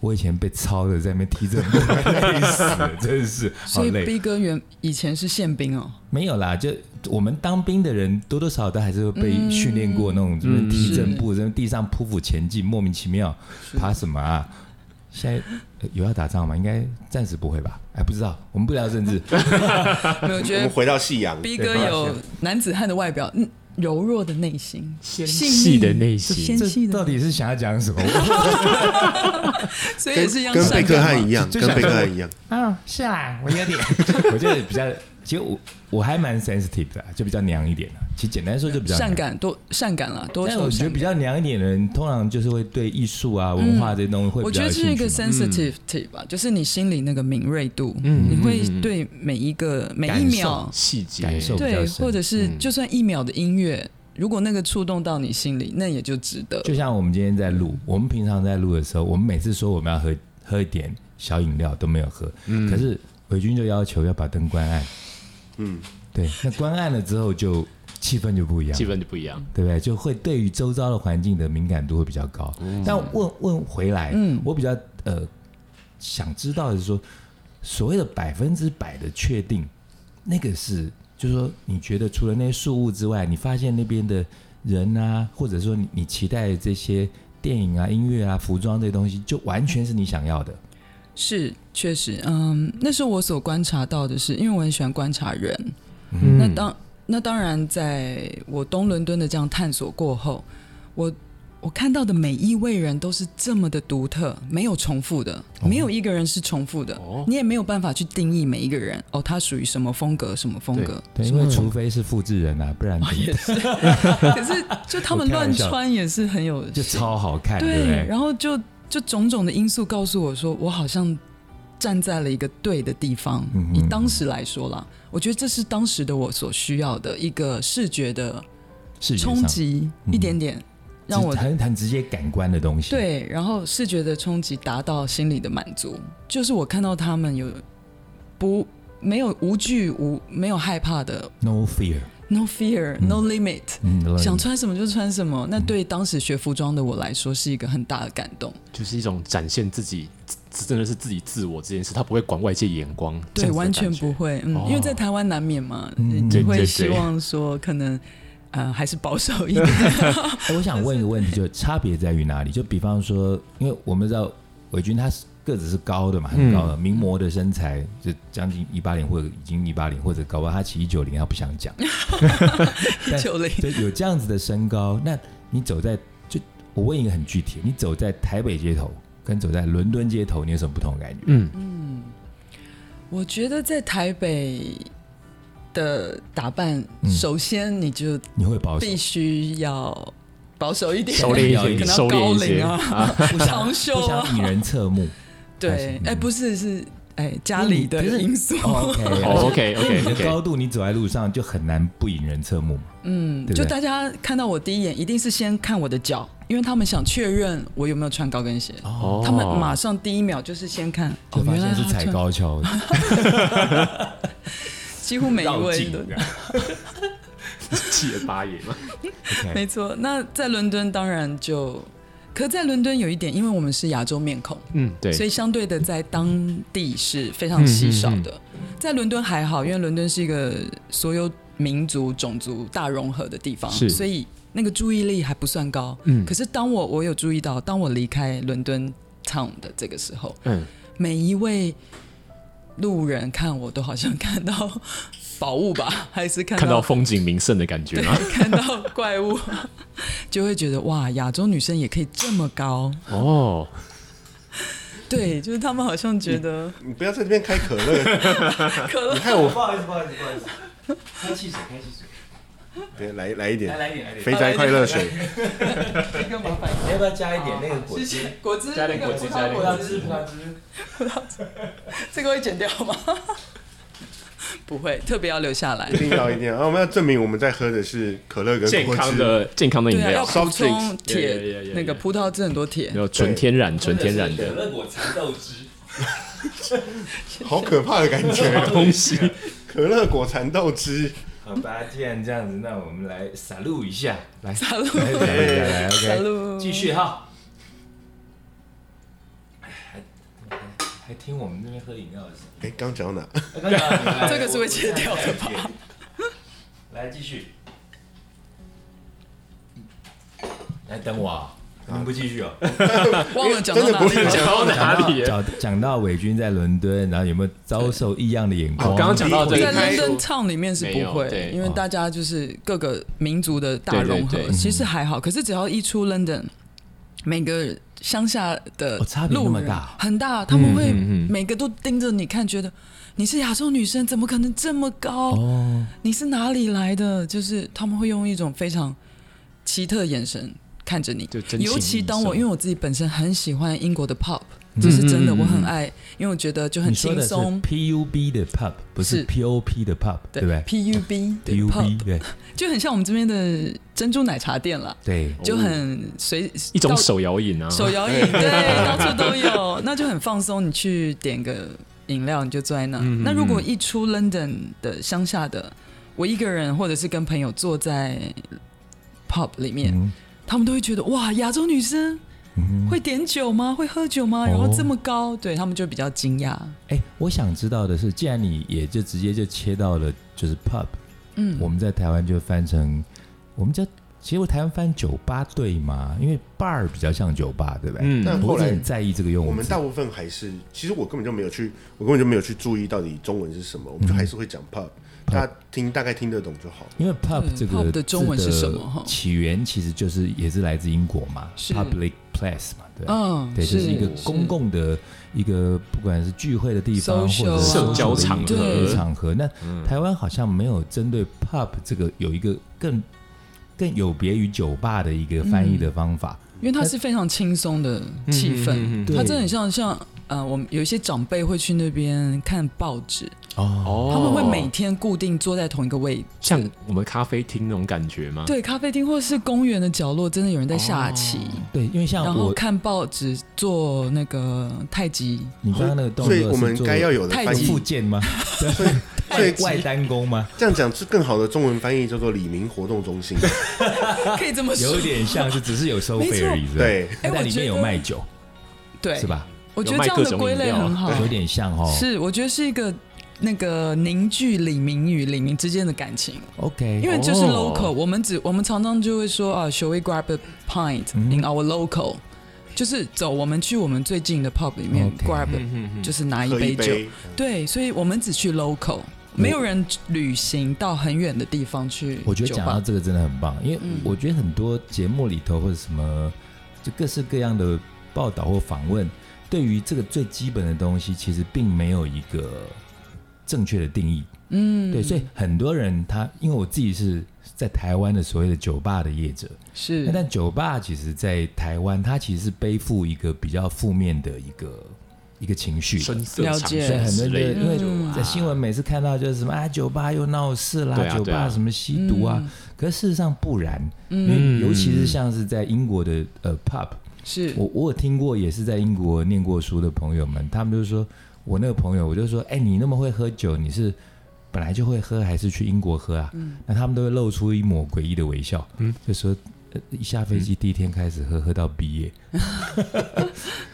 我以前被操的在那边踢这步，累死了，真是好
所以
累。
逼哥原以前是宪兵 哦，
没有啦，就我们当兵的人多多少少都还是会被训练过那种什么踢正步，什么地上匍匐前进，莫名其妙爬什么啊？现在、呃有要打仗吗？应该暂时不会吧？哎，不知道，我们不聊政治。
没有，我
我
觉
们
得
回到夕阳，
逼哥有男子汉的外表，嗯，柔弱的内心，纤
细的内心
纤细
这到
的，
底是想要讲什 么？
所以
跟
也是一样
跟贝
善
克
感
汉
嘛
一样，
就
跟贝克汉一样，
啊，是啦，我有点， 我觉得比较，其实我我还蛮 sensitive 的啊，就比较娘一点的。其实简单说就比较娘
善。感多善感了，多
但
愁
我觉得
善
比
感。
较娘一点的人，通常就是会对艺术啊、文化这些东西会
嗯我
比
觉
较有
得
兴
是一
趣
个
嘛。
sensitivity 吧，就是你心里那个敏锐度，
嗯
你会对每一个每一秒，
细节
感受比较
对，
深嗯
或者是就算一秒的音乐，如果那个触动到你心里，那也就值得。
就像我们今天在录，我们平常在录的时候，我们每次说我们要喝喝一点小饮料都没有喝，可是伟军就要求要把灯关暗。
嗯，
对，那关暗了之后就气氛就不一样了，
气氛就不一样。
对不对？就会对于周遭的环境的敏感度会比较高。但问问回来，
嗯
我比较呃想知道的是说，所谓的百分之百的确定，那个是就是说，你觉得除了那些事物之外，你发现那边的人啊，或者说你你期待的这些电影啊、音乐啊、服装这些东西，就完全是你想要的。
是，确实，嗯，那时候我所观察到的是，因为我很喜欢观察人，
嗯
那当那当然，在我东伦敦的这样探索过后，我我看到的每一位人都是这么的独特，没有重复的，
哦
没有一个人是重复的，
哦
你也没有办法去定义每一个人哦，他属于什么风格，什么风格，
对，因为除非是复制人 啊，不然怎么
可是就 他
我
们
开玩
乱
笑
穿也是很有
就超好看，对不
对，
对？
然后就就种种的因素告诉我说，我好像站在了一个对的地方。
嗯哼
以当时来说啦，我觉得这是当时的我所需要的一个视觉的
视觉
冲
上
击，
嗯
一点点让我
直很很直接感官的东西。
对，然后视觉的冲击达到心里的满足，就是我看到他们有不没有无惧无没有害怕的
，no fear。
，no fear no limit，、
嗯，
想穿什么就穿什么。那
嗯
对当时学服装的我来说是一个很大的感动，
就是一种展现自己，自真的是自己自我这件事，他不会管外界眼光，这
对，
样子的
完全
感觉
不。会，嗯，
哦
因为在台湾难免嘛，
嗯
你
对
就会
对
希
对
望说可能呃还是保 守一点，
哎我想问一个问题，就差别在于哪里？就比方说，因为我们知道伟军他是个子是高的嘛，很高
嗯
的，名模的身材，就将近一八零或者已经一八零，或者搞不好他骑一九零，他不想 讲，但
九零。
就有这样子的身高。那你走在就我问一个很具体，你走在台北街头跟走在伦敦街头，你有什么不同的感觉？
嗯，
我觉得在台北，的打扮，首先你就
你会保守
必，须要保守一点，
收敛一些
可能要
收
高
敛一些
领啊， 长袖
不
啊
想，引人侧 目。还是
对，哎，
嗯
不是是哎家里的
可是
因素，
哦 OK，
哦，OK
因为你
OK
的
OK，
高度，你走在路上就很难不引人侧目嘛。
嗯，
对不对
就大家看到我第一眼一定是先看我的脚，因为他们想确认我有没有穿高跟鞋，
哦
他们马上第一秒就是先看，哦
就，发
原来
现是
他
踩
穿，
高跷的，
几乎每一
绕
位
境
都
这样。
气了八爷嘛，
没错，那在伦敦当然就，可在伦敦有一点，因为我们是亚洲面孔，
嗯，对，
所以相对的在当地是非常稀少的。在伦敦还好，因为伦敦是一个所有民族种族大融合的地方，
是
所以那个注意力还不算高。
嗯
可是当我我有注意到，当我离开伦敦 town 的这个时候，
嗯，
每一位路人看我都好像看到宝物吧，还是看
看到
到
风景名胜的感觉吗？
看到怪物，就会觉得哇，亚洲女生也可以这么高。
哦，
对，就是他们好像觉得
你不要在这边开可 乐，
可乐
你害我。
不好意思，不好意思，不好意思。喝汽水，喝汽水，
对，来来一点，
来一点，来一点。
肥宅快乐水，
一个麻烦。
你要不要加一点那个果
啊哦谢
汁？
谢果汁，
加点
那个
果汁
葡萄
加点
果
果
汁
汁
葡萄汁。
这个会剪掉吗？ 不会，特别要留下来
一。定要一定要。啊，我们要证明我们在喝的是可乐跟
健
果
康
汁。
的健康的饮
对啊，
料
要，补
soft drinks，
充
yeah, yeah, yeah,
铁
yeah.，
那个葡萄汁很多铁
没。有纯天然纯天然
可
的
乐果蚕豆汁，
好可怕的感觉！
东西，
可乐果蚕豆汁，
好吧，既然这样子，那我们来撒露一下，来撒
露
来撒露一下，来 OK，
撒露
继续哈。还还还听我们那边喝饮料的声
哎，刚讲到哪？
音，刚刚你们来
这个是会切掉的吧？
我我再来一遍来继续，来等我啊，你们不继续哦。
忘了讲到
真
哪里
的不会
了。
讲到哪里耶？啊
讲讲到伟军在伦敦，然后有没有遭受异样的眼光？
哦刚刚讲到这 个
在伦敦唱里面是
没
不
有对
会，因为大家就是各个民族的大融合
对对，对
其实还好。可是只要一出 London，每个乡下的
哦差别那
路
么
人
大
很大，他们会
嗯嗯嗯
每个都盯着你看，觉得你是亚洲女生，怎么可能这么高？
哦，
你是哪里来的？就是他们会用一种非常奇特的眼神看着你
就真，情
尤其当
意思吗
我因为我自己本身很喜欢英国的 pop，这是真的，
嗯嗯嗯
我很爱，因为我觉得就很
你说
轻
的是
松。
PUB 的 pub，不是
是
POP 的 pub，对不对
？PUB 对 pop
？PUB 对
就很像我们这边的珍珠奶茶店啦，
对，
就很随
哦一种
到
手摇饮啊，
手摇饮，对，到处都有， 那就很放松。你去点个饮料，你就坐在那。
嗯嗯
那如果一出 London 的乡下的，我一个人或者是跟朋友坐在 pub 里面，
嗯
他们都会觉得哇，亚洲女生
嗯
会点酒
哦
吗？会喝酒吗？然后这么高，对他们就比较惊讶。
哎，我想知道的是，既然你也就直接就切到了就是 pub，
嗯，
我们在台湾就翻成我们叫，其实我台湾翻酒吧对吗？因为 bar 比较像酒吧，对不对？
嗯
但
我
后
一直
来
很在意这个用
我
词。
们大部分还是，其实我根本就没有去，我根本就没有去注意到底中文是什么，我们就还是会讲 pub，大家听大概听得懂就好。
因为 pub
对
这个
pub 的中文是什么哈
起源其实就是也是来自英国嘛
是
，public place 嘛，对吧，
嗯，
对，就是一个公共的一个，不管是聚会的地方，或
Social
者
啊
是
社交
场合
对
场合。那
嗯
台湾好像没有针对 pub 这个有一个更更有别于酒吧的一个翻译的方法。
因为它是非常轻松的气氛，
嗯嗯嗯嗯
对
它真的很像像呃，我们有一些长辈会去那边看报纸，
哦，
哦，
他们会每天固定坐在同一个位置，
像我们咖啡厅那种感觉吗？
对，咖啡厅或是公园的角落，真的有人在下棋，
对，因为
然
像
后
我
看报纸，做那个太极，
你刚刚那个
所
动作是
以
做
我们该要有的
太
翻
极
译
附，件吗？
所以所以
外单工吗？
这样讲是更好的中文翻译叫做李明活动中心。
可以这么说
有，点像是只是有收
没
费
错
而已，是吧？
对，
哎
但
我
里
觉
面有
得
卖酒，
对，
是？吧？
我觉得
有卖
这样
各
的
种
归类
饮料
很好，
有点像哦。
是，我觉得是一个那个凝聚李明与李明之间的感情，
OK，
因为就是
哦
local，、我们只我们常常就会说啊，shall we grab a pint
嗯
in our local，、就是走，我们去我们最近的 pub 里面
OK
grab，、
嗯嗯，
就是拿一
喝一
杯酒，
杯，
对，所以我们只去 local，没有人旅行到很远的地方去
我觉得
酒
讲到
吧。
这个真的很棒，因为
嗯
我觉得很多节目里头或者什么，就各式各样的报道或访问，对于这个最基本的东西，其实并没有一个正确的定义。嗯，对，所以很多人他，因为我自己是在台湾的所谓的酒吧的业者，那
是
但酒吧其实，在台湾它其实是背负一个比较负面的一个一个情绪的，
深色
了
场
解
所以
对
很多
之
人
类的
因为
嗯
酒吧
在新闻每次看到就是什么啊，酒吧又闹事啦，
对啊
酒
对
吧
啊
什么吸毒啊，
嗯
可是事实上不然，
嗯
因为尤其是像是在英国的呃 pub，
是
我我有听过，也是在英国念过书的朋友们，他们就说，我那个朋友，我就说，哎、你那么会喝酒，你是本来就会喝，还是去英国喝啊？
嗯
那他们都会露出一抹诡异的微笑，
嗯
就说、呃一下飞机第一天开始喝，喝到毕业。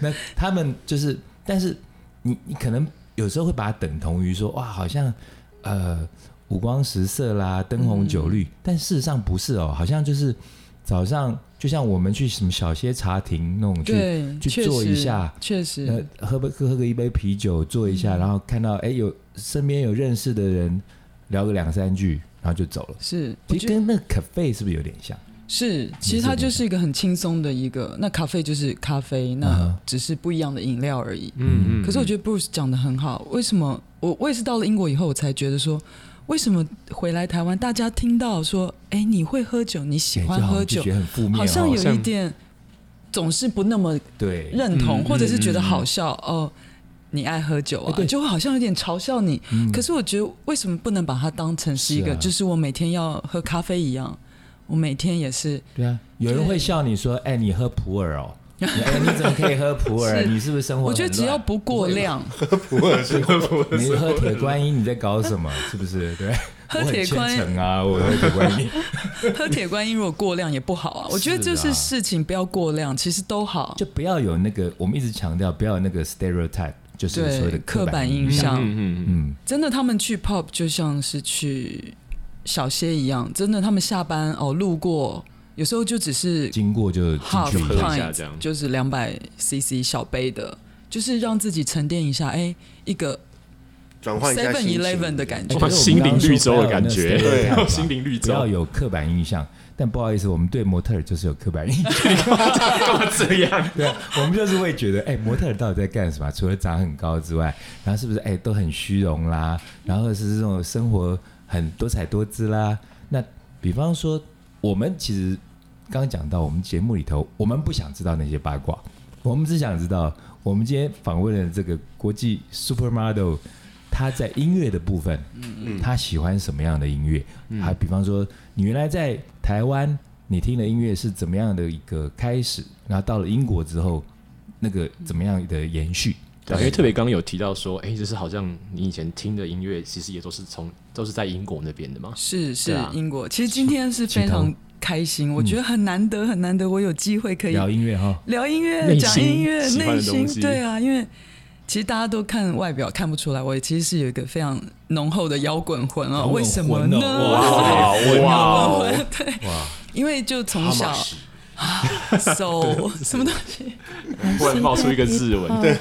那他们就是，但是你你可能有时候会把它等同于说，哇，好像呃五光十色啦，灯红酒绿，
嗯
但事实上不是哦，好像就是早上就像我们去什么小歇茶亭那种去。
对，
去
确
做一
实
下
确
呃
实，，
喝杯喝个一杯啤酒，坐一
嗯
下，然后看到哎有身边有认识的人，聊个两三句，然后就走了。
是我
其
觉
实
得
跟那个 cafe 是不是有点像？
是，其实它就是一个很轻松的一个，那咖啡就是咖啡，那
嗯
只是不一样的饮料而已。
嗯
可是我
得
觉得 Bruce 讲的很好，为什么我我也是到了英国以后，我才觉得说，为什么回来台湾，大家听到说，哎，你会喝酒，你喜
哎
欢
就好
喝
像就
酒
觉，得很负面哦，
好像
好
有一
像
点总是不那么
对，
认同，
嗯
或者是觉得
嗯嗯
好笑哦。你爱喝酒
哎
啊，
对
就会好像有点嘲笑你。
嗯
可是我觉得，为什么不能把它当成是一个，
是啊
就是我每天要喝咖啡一样，我每天也是
对啊，有人会笑你说，哎，你喝普洱 哦，你哎，你怎么可以喝普洱？
是
你是不是生活很乱？
我觉得只要不过量，
你 喝铁观音，你在搞什么？ 是不是？对，
喝
我很
铁
虔
观音
诚啊，我喝铁观音。
喝铁观音如果过量也不 好啊。我觉得就是
是啊
事情不要过量，其实都好。
就不要有那个，我们一直强调不要有那个 stereotype，就是所谓的
对，刻
板
板印
象。
象，
嗯嗯
嗯，
真的，他们去 pub 就像是去小歇一样，真的，他们下班哦路过，有时候就只是
经过就进
half
去
喝
一下。
一下这
pint，
样
就是两百 cc 小杯的，就是让自己沉淀一下，哎，一个
转换一下
Seven
心情
Eleven 的感
哎
觉
可是我
哇，
们
心灵绿洲的
刚刚
感
说
觉，
不要有那个 stereotype 吧
心灵绿
不要
洲，
有刻板印象，但不好意思，我们对模特儿就是有刻板印象。
干嘛这样？
对啊，我们就是会觉得，哎、模特儿到底在干什么啊？除了长很高之外，然后是不是哎、都很虚荣啦？然后是这种生活很多彩多姿啦。那比方说，我们其实刚刚讲到，我们节目里头，我们不想知道那些八卦，我们只想知道，我们今天访问的这个国际 supermodel，她在音乐的部分，她喜欢什么样的音乐？还比方说，你原来在台湾你听的音乐是怎么样的一个开始，然后到了英国之后，那个怎么样的延续？
对，因为特别刚刚有提到说，哎，就是好像你以前听的音乐，其实也都是从都是在英国那边的嘛。
是是
对啊
英国。其实今天是非
起
常
头
开心，我觉得很难得很难得，我有机会可以
聊音乐哈，
聊音乐、
内
讲
心
音乐、
喜欢的
内心
东，西
对啊，因为其实大家都看外表看不出来，我其实是有一个非常浓厚的摇滚魂
摇
哦，
滚
为什么呢？
魂哦哇
啊 摇滚
哇！
魂，对，因为就从小 手什么东西，
突然冒出一个日文，对，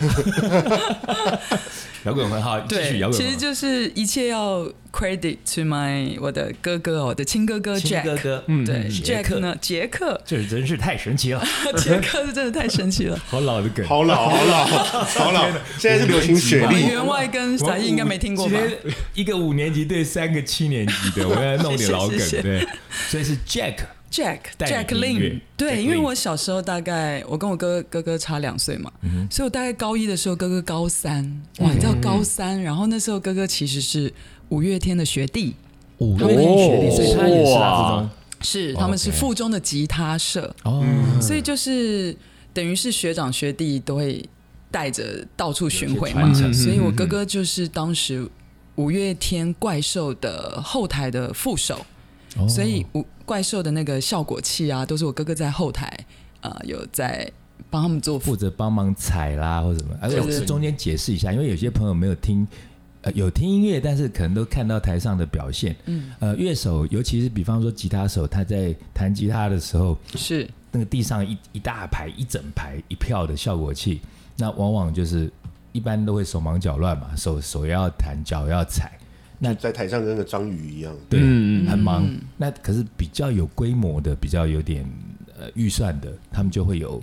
摇滚很好，继续摇滚
对，
文
其实
化。
就是一切要 credit to my 我的哥哥哦，我的亲哥哥
亲哥
Jack，
哥，
对
嗯杰
Jack
克，
呢，杰克，
这真是太神 奇了，
杰克是真的太神奇 了。
好老的梗。
好老，好老，好老！现在是流行雪
我们
莉，
员外跟
我
傻
五
义应该没听过吧
今？天一个五年级对三个七年级的，我要弄点老梗，
谢谢
对，所以是 Jack，
Jack
带
Jack
你音乐
Lin，对，
Jack
因为
Lin
我小时候大概我跟我哥哥哥差两岁嘛，
嗯
所以我大概高一的时候，哥哥高三，哇，你知道高三，然后那时候哥哥其实是五月天的学弟，
五
他们也是学
学
弟
弟，
所
所以他
以他也
也
是
是啊
拉
拉
夫
夫
是
哦 OK
他们是附中的吉他社，
哦，
所以就是等于是学长学弟都会带着到处巡回嘛
有一些传，承
所以我哥哥就是当时五月天怪兽的后台的副手。
哦
所以我怪兽的那个效果器啊，都是我哥哥在后台呃有在帮他们做副
负责帮忙踩啦或什么，而且
对
我中间解释一下，因为有些朋友没有听。呃，有听音乐，但是可能都看到台上的表现。
嗯，
呃，乐手，尤其是比方说吉他手，他在弹吉他的时候，
是
那个地上一一大排一整排一票的效果器，那往往就是一般都会手忙脚乱嘛，手手也要弹，脚也要踩，
在台上跟个章鱼一样。
对，
嗯
很忙。那可是比较有规模的，比较有点呃预算的，他们就会有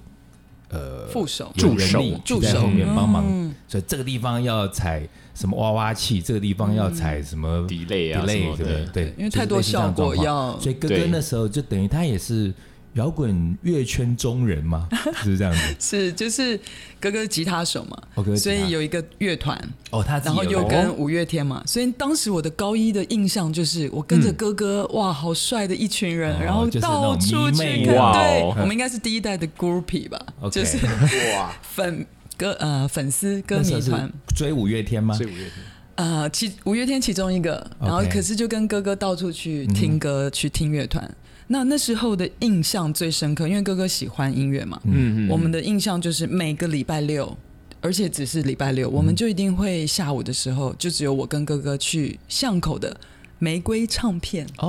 呃
副手
有
助
人
手
力
助
在
手
后面帮忙，
嗯
所以这个地方要踩什么娃娃器，这个地方要踩什么
delay 啊什
delay，
么
对不对
的，？
对，
因为
就是
太多
类似这样
效
的状
果
况
要
所以哥哥
对
那时候就等于他也是摇滚乐圈中人 嘛，是不是这样子？
是就是哥哥是吉他手嘛，
哦哥哥吉他
所以有一个乐团，
哦，他自
然
己
后
有
又
个
跟五月天嘛，所以当时我的高一的印象就是我跟着哥哥，哇，好帅的一群人，
哦
然后
就是那
到
种
处
迷
去
妹
看，
啊
对
哇哦，
我们应该是第一代的 groupie 吧
OK
就是
哇，
粉歌呃粉丝歌
那时
迷
候是
团，
追五月天吗
所？以五月天
呃，其五月天其中一个，然后
OK
可是就跟哥哥到处去听歌，去听乐团。那那时候的印象最深刻，因为哥哥喜欢音乐嘛，
嗯
我们的印象就是每个礼拜六，而且只是礼拜六，我们就一定会下午的时候，就只有我跟哥哥去巷口的玫瑰唱片。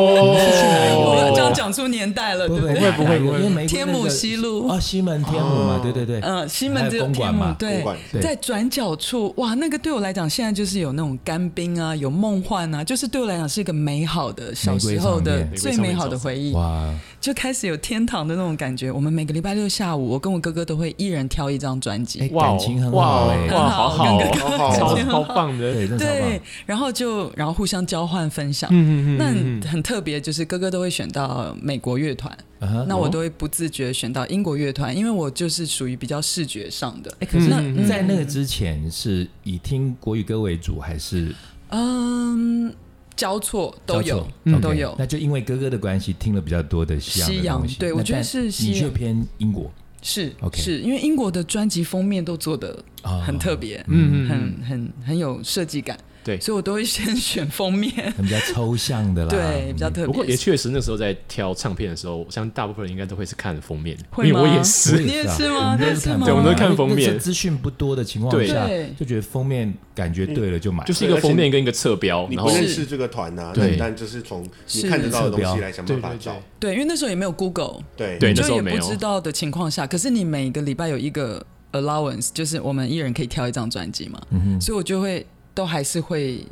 我
哦
这样讲出年代了，对不对？
不会 不会，因为玫瑰
天
那
母
个
西路
哦，西门天母嘛，对对对，
嗯，西门只有
哎还有公
天
馆
母
嘛，
对
公馆，
对
在转角处，哇，那个对我来讲，现在就是有那种干冰啊，有梦幻啊，就是对我来讲是一个美好的小时候的
玫瑰
最
上面
美好的回忆，
哇，
就开始有天堂的那种感觉。我们每个礼拜六下午，我跟我哥哥都会一人挑一张专
哎
辑，
哇哦
感情很
哇
好
哦
哎，
哇，好好哦，
好好
超
哦，
超棒的，
对，真的超
对
棒，，
然后就然后互相交换分享。
嗯嗯
那很很特别，就是哥哥都会选到美国乐团，
啊哈
那我都会不自觉选到英国乐团，因为我就是属于比较视觉上的。
哎，可是
那嗯
在那个之前是以听国语歌为主还是
嗯，交错都有，嗯
交错
都
OK，
有。
那就因为哥哥的关系，听了比较多的西洋
西
的
洋
东西。
对我
那
觉得
但
是西
你却
洋
偏英国
是
OK
是因为英国的专辑封面都做的
啊，
很特别，
嗯嗯
很很很有设计感，
对
所以我都会先选封面，
很比较抽象的啦。
对，比较特别。
不过也确实，那时候在挑唱片的时候，我相信大部分人应该都会是看封面，
会
因为
吗
我也是。
你也是吗
我们都
你也是吗
看
对我们
都看封面
那时候资讯不多的情况
对
下
对，
就觉得封面感觉对了就买了，
就是一个封面跟一个侧标，
你
然
不
后
认识这个团呐、那
对
你当然就是从你
是
看得到的东
侧
西
标
来想
对
办法
对
找
对，，
对，因为那时候也没有 Google，
对
对那时
就
候
也
没
不
有
知道的情况下，可是你每个礼拜有一个 allowance，就是我们一人可以挑一张专辑嘛，所以我就会都还是会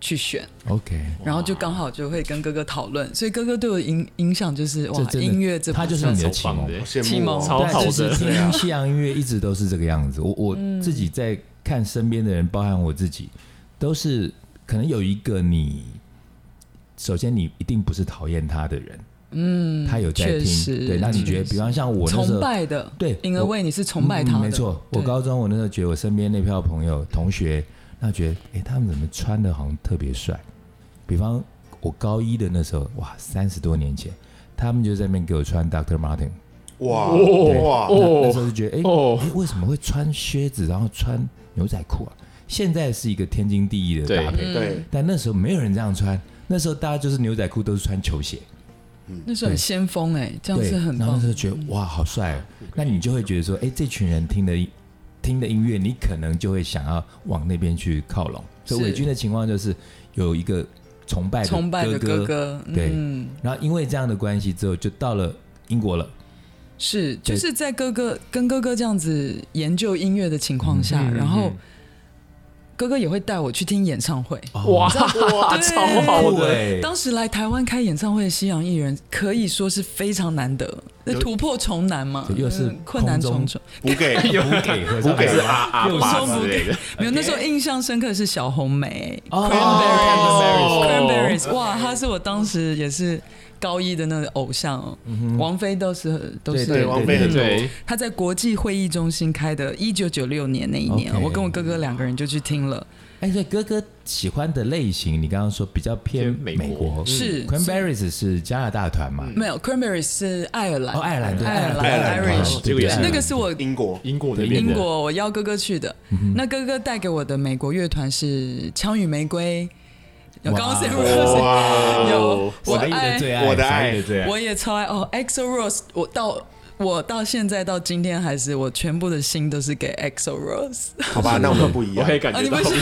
去选，
OK。
然后就刚好就会跟哥哥讨论，所以哥哥对我的影影响就是哇
这，真的
音乐这部
他就是
分
你的
超
启
棒
蒙
的
好，羡
启
慕、
蒙
哦，
超
但
好的
就是
对啊
听西洋音乐一直都是这个样子。我我
嗯
自己在看身边的人，包含我自己，都是可能有一个你，首先你一定不是讨厌他的人，嗯，他有在
确
听，
实
对，让你觉得，比方像我那时
崇
候，
拜的，
对
因
我
为你是崇拜他的，
嗯没错。我
对
高中我那时候觉得我身边那票朋友同学，那觉得哎，他们怎么穿的好像特别帅？比方我高一的那时候，哇，三十多年前，他们就在那边给我穿 Dr. Martin。
哇
对
哇
哦
那那时候就觉得，哎、
哦
哎为什么会穿靴子，然后穿牛仔裤啊？现在是一个天经地义的搭配，
对，
但那时候没有人这样穿，那时候大家就是牛仔裤都是穿球鞋，
嗯那时候很先锋哎、这样
对，
是很
然后
棒嗯
那时。候觉得哇，好帅、哦，那你就会觉得说，哎、这群人听的听的音乐，你可能就会想要往那边去靠拢。所以
是
伪军的情况就是有一个崇拜的
崇拜的
哥
哥，哥，
对
嗯，
然后因为这样的关系之后，就到了英国 了。
是就
对
是在哥哥跟哥哥这样子研究音乐的情况下，
嗯嗯嗯
然后哥哥也会带我去听演唱会。
哇
对
超好的，
对
当时来台湾开演唱会的西洋艺人可以说是非常难得，那
有
突破重难嘛，
又是
嗯困难重
空
重
中。
补给
补给和
补给
是阿阿
又
爸
说不
之类的，
没有，那时候印象深刻的是小红梅
哦
（Cranberries）。Cranberries，哇，她是我当时也是高一的那个偶像哦。王菲都是都
对
是
对，王菲很
对
多，，
她在国际会议中心开的，一九九六年那一年，
OK
我跟我哥哥两个人就去听了。
哎，所以哥哥喜欢的类型，你刚刚说比较偏
偏美
美
国
国，
是
Cranberries 是加拿大团嘛？
没有 Cranberries 是爱尔兰，
哦，爱尔兰对，哦
爱尔
爱
兰
尔兰
Irish，
这个也是
那个是我
英国
英国那边
英
的，
国，我邀哥哥去的。
嗯
那哥哥带给我的美国乐团是枪与玫瑰，有
哇哦
刚刚 s
哦
哇
有我
我的
爱，
最爱，
我的爱
小姨的最爱。
我也超爱哦。EXO Rose，我到我到现在到今天还是我全部的心都是给 EXO Rose。
好吧，那我们不一
我
样
可，以感觉
啊，你
到
们，是？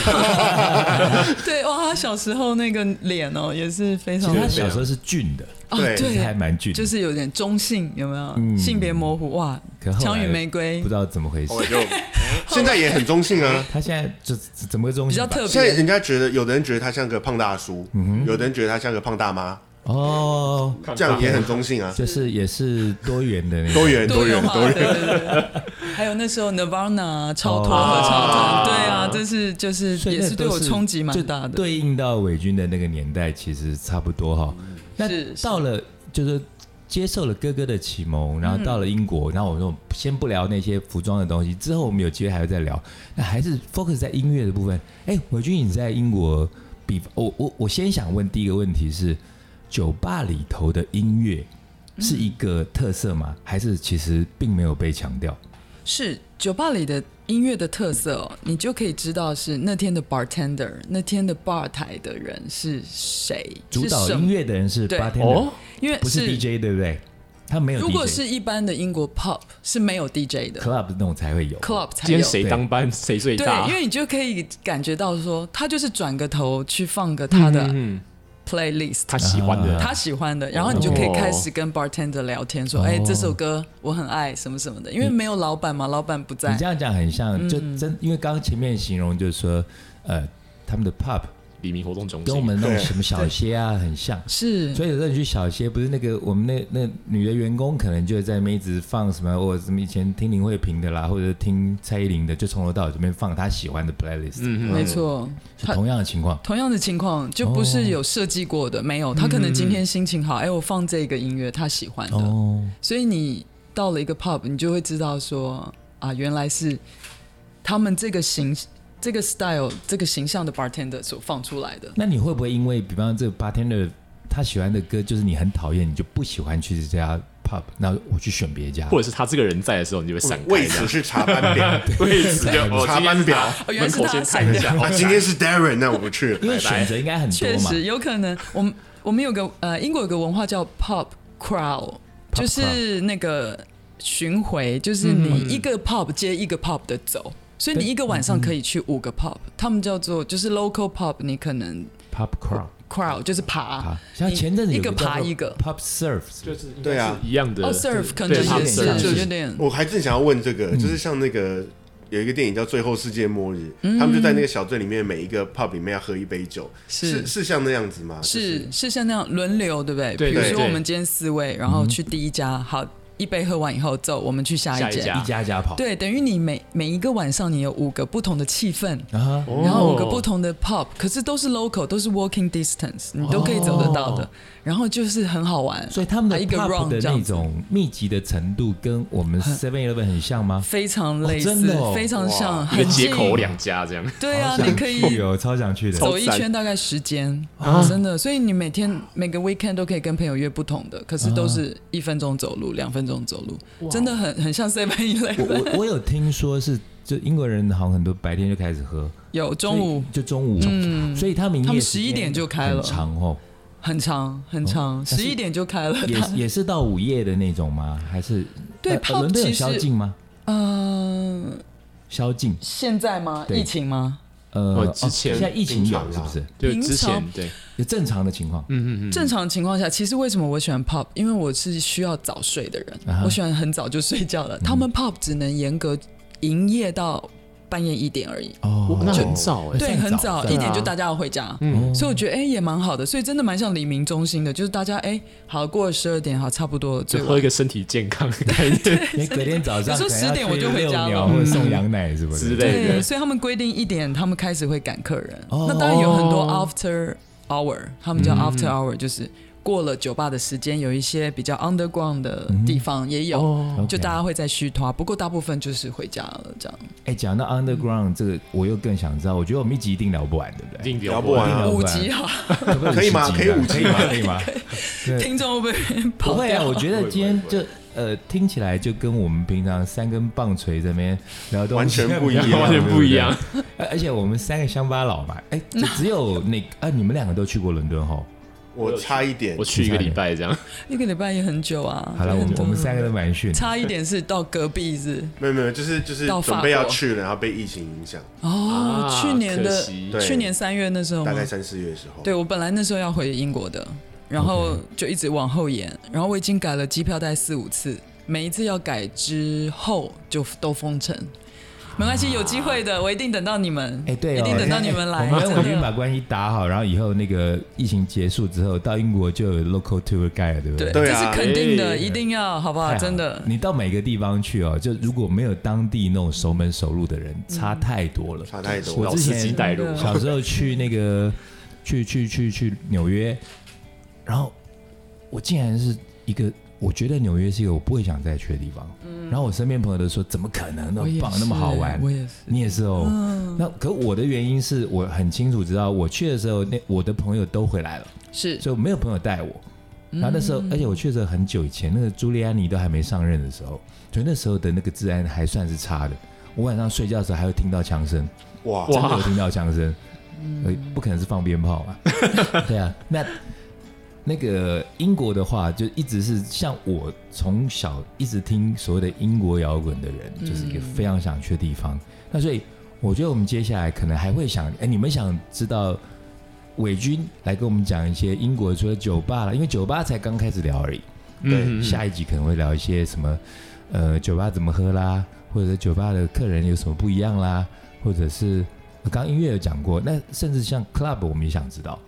对，哇，他小时候那个脸哦，也是非
其
常
实他小时候是俊的，
哦，
对
其实还
对，
蛮俊的，
就是有点中性，有没有？性别模糊哇
可，后
枪
来
与玫瑰
不知道怎么回 事
我。就现在也很中性啊。
他现在就怎么个中
比
心
较
吧？
特
现在
别，
人家觉得，有的人觉得他像个胖大叔，有的人觉得他像个胖大妈，
哦，
这样也很中性啊，
就是也是多元的那种
多 元
多
元
元化，
多
对
元。
对对。 还有那时候 Nirvana 超脱
哦
合超团，对啊，这是就是
所以
也
那
是对
都
我冲击蛮大
就
的。
对应到伪军的那个年代，其实差不多哈。那
嗯是是
到了就是接受了哥哥的启蒙，然后到了英国，然后我说先不聊那些服装的东西，之后我们有机会还会再聊。那还是 focus 在音乐的部分。哎，伟军，你在英国比，我我我先想问第一个问题是，酒吧里头的音乐是一个特色吗？还是其实并没有被强调？
是酒吧里的音乐的特色哦，你就可以知道是那天的 bartender，那天的 bar 台的人是谁，
主
是
导
什
音
么？
乐的人是
对
bartender，、
哦，
因为
不是 DJ 对不对？他没有 DJ。
如果是一般的英国 pub 是没有 DJ 的
club 那种才会有。
，club 才
今
有
天。谁当班谁最
对
大，
因？为你就可以感觉到说，他就是转个头去放个他的
嗯，
playlist，
他喜欢
啊
的，
他喜欢的，然后你就可以开始跟 bartender 聊天，说：“
哦
哎，这首歌我很爱，什么什么的。”因为没有老板嘛，老板
嗯
不
你
在
这。样讲很像，就
嗯
真因为刚刚前面形容就是说，呃，他们的 pub
黎明活动中
跟我
心。
们那种
对
什么小歇啊很像。
是，
所以有时候你去小歇，不是那个我们那那女的员工可能就在那边一直放什么，我什么以前听林慧萍的啦，或者听蔡依林的，就从头到尾这边放她喜欢的 playlist，、
嗯
没错。
是同样的情况。
同样的情况就不是有设计过
哦
的，没有。他可能今天心情好，哎，我放这个音乐，他喜欢的。
嗯哦，
所以你到了一个 pub，你就会知道说啊，原来是他们这个形、这个 style、这个形象的 bartender 所放出来的。
那你会不会因为比方这个 bartender 他喜欢的歌，就是你很讨厌，你就不喜欢去这家 pub，那我去选别家，
或者是他这个人在的时候，你就会闪开。
为此是查班表，
为此就我
查
今天
班
是
表。
他
哦原来
门
是
口
他
先看一下。
啊， 今天是 Darren，那我不去
因
了。
为选择应该很多
确
嘛。
实有可能，我们我们有个呃，英国有个文化叫 pub crowd，就是那个巡回，就是
嗯
你一个 pub 接一个 pub 的走，所以你一个晚
嗯
上可以去五个 pub，他们叫做就是 local pub，你可能
pop crowd。
crowd 就是爬
啊，，像前阵子
一
有
个
叫
爬
做
一个
pub surf，
就是应该是
对啊
一样的。
哦 surf 可能
对
也
pub
是
surf
就是有点
我还正想要问这个，就是像那个有一个电影叫《最后世界末日》，他们就在那个小镇里面，每一个 pub 里面要喝一杯酒，是
是
是像那样子吗？就是
是像那样轮流，对不对？
对
比如
对
说
对
我们今天四位，然
嗯
后去第一家，好一杯喝完以后走，我们去下
下一
一间
家。
一家家跑，
对，等于你每每一个晚上，你有五个不同的气氛，
啊，
哦
然后五个不同的 pub，可是都是 local，都是 walking distance，你都可以走得到的。然后就是很好玩，
哦所以他们
还
的
一个
pub
round
的
这
那
样子，啊
种密集的程度跟我们 Seven Eleven 很像吗？
非常类
哦真
似，
的哦
非常像，
一个
很
街
近。
口两家这样。
对啊
好，啊想
你可以
去哦，超想去的。
走一圈大概时间，真的。所以你每天每个 weekend 都可以跟朋友约不同的，可是都
啊
是一分钟走路，两分钟走路，真的很很像 Seven
我
Eleven。
我我有听说是，就英国人好像很多白天就开始喝，
有中午嗯
所以就中午，所以他们营业
他们
时间
11点就开了
很长 哦，
很长很长，
但是
十一点就开了。
也也是到午夜的那种吗？还是
对
呃
pub
伦敦有
其实
宵禁吗？
嗯，
宵禁，
现在吗？
对
疫情吗？
呃
哦，之前
哦现在疫情
经
有
常啊
是不是？
就
平
之前
常
对，
有正常的情况，
嗯嗯嗯，
正常情况下，其实为什么我喜欢 pub？因为我是需要早睡的人，
啊哈嗯
我喜欢很早就睡觉的。他们 pub 只能严格营业到半夜一点而已，
哦
那很早哎。
对，啊
算
很
早啊
早
算
一点就大家要回家。
嗯
所以我觉得哎、也蛮好的，所以真的蛮像黎明中心的，就是大家哎、好过了十二点好差不多了，最
就喝
晚
一个身体健康的概念。
你隔天早上
有时候
可能要
10点我就
去
回家
遛鸟
了嗯
或者送羊奶是不是
之类对对
所以他们规定一点，他们开始会赶客人。
哦嗯
那当然有很多 after hour，他们叫 after hour，、就是过了酒吧的时间，有一些比较 underground 的地方也有，
哦，
就
嗯 OK
大家会在虚脱。不过大部分就是回家了这样。
哎，讲到 underground 这个，我又更想知道，我觉得我们一集一定聊不完，对不
一
对？
定
聊
聊
不
不
完
完。
啊
五级哈，
可不
可以吗
五十集啊可
可
以吗？可以吗？对
听众会不会
不
跑
会啊，
掉？
我觉得今天就呃，听起来就跟我们平常三根棒槌这边聊东
完
西
全不一样
对对
完全不一样。
而而且我们三个乡巴佬嘛，哎，就只有那个啊，你们两个都去过伦敦吼。
我差一点
我，去一个礼拜这样，
一个礼拜也很久啊。
好了，我
很
们
多
我们三个都蛮逊的。
差一点是到隔壁是
没有没有，就是就是
到法
准备要
国
去了，然后被疫情影响，
哦，
啊
去年
可
的
惜
对
去年三月那时候
大
吗
概？三四月的时候。
哦对，我本来那时候要回英国的，然后就一直往后延，然后我已经改了机票大概四五次，每一次要改之后就都封城，没关系，有机会的，我一定等到你们。
哎，对、哦，
一定等到你们来。
我们跟
真的
文军把关系打好，然后以后那个疫情结束之后，到英国就有 local tour guide，对不
对，
对
这
啊
是肯定
哎
的，一定要，好不
太
好？
好
啊真
了
的，
你到每个地方去哦，就如果没有当地那种熟门熟路的人，差太多了。
嗯差太多
我
了
老
之
司
前
机带路，
小时候去那个去去去去纽约，然后我竟然是一个，我觉得纽约是一个我不会想再去的地方。然后我身边朋友都说，怎么可能那
我
么
也
棒
是，
那么好玩？
嗯我也是。嗯
你也是哦。那可我的原因是我很清楚知道，我去的时候，那我的朋友都回来了，
是
所以没有朋友带我。然后那时候，而且我去的时候很久以前，那个朱利安尼都还没上任的时候，所以那时候的那个治安还算是差的。我晚上睡觉的时候还会听到枪声，
哇
真的有听到枪声，呃，不可能是放鞭炮嘛？ 对啊，那那个英国的话，就一直是像我从小一直听所谓的英国摇滚的人，就是一个非常想去的地方。那所以我觉得我们接下来可能还会想，哎，你们想知道伟军来跟我们讲一些英国除了酒吧了，因为酒吧才刚开始聊而已。对，
嗯，
下一集可能会聊一些什么，呃，酒吧怎么喝啦，或者酒吧的客人有什么不一样啦，或者是呃刚刚音乐有讲过，那甚至像 club 我们也想知道，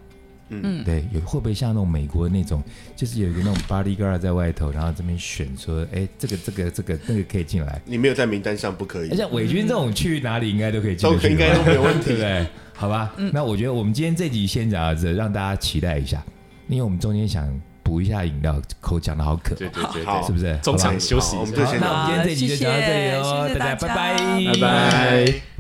嗯
对，有会不会像那种美国那种，就是有一个那种 bodyguard 在外头，然后这边选说，哎，这个这个这个那个可以进来，
你没有在名单上不可以
而，且伪军这种去哪里应该都可以进得去吧，
嗯都应该都没有问题
对不对？好吧，
嗯
那我觉得我们今天这集先讲到这，让大家期待一下，因为我们中间想补一下饮料，口讲的好渴，
对对对
好
对
是不是？
中
好吧
场休息
好我们
一
就
下，
好，
先
那我
到
们今天这集就讲到这里
好
哦，
谢谢
大家
谢谢
拜
大家
拜，
拜拜。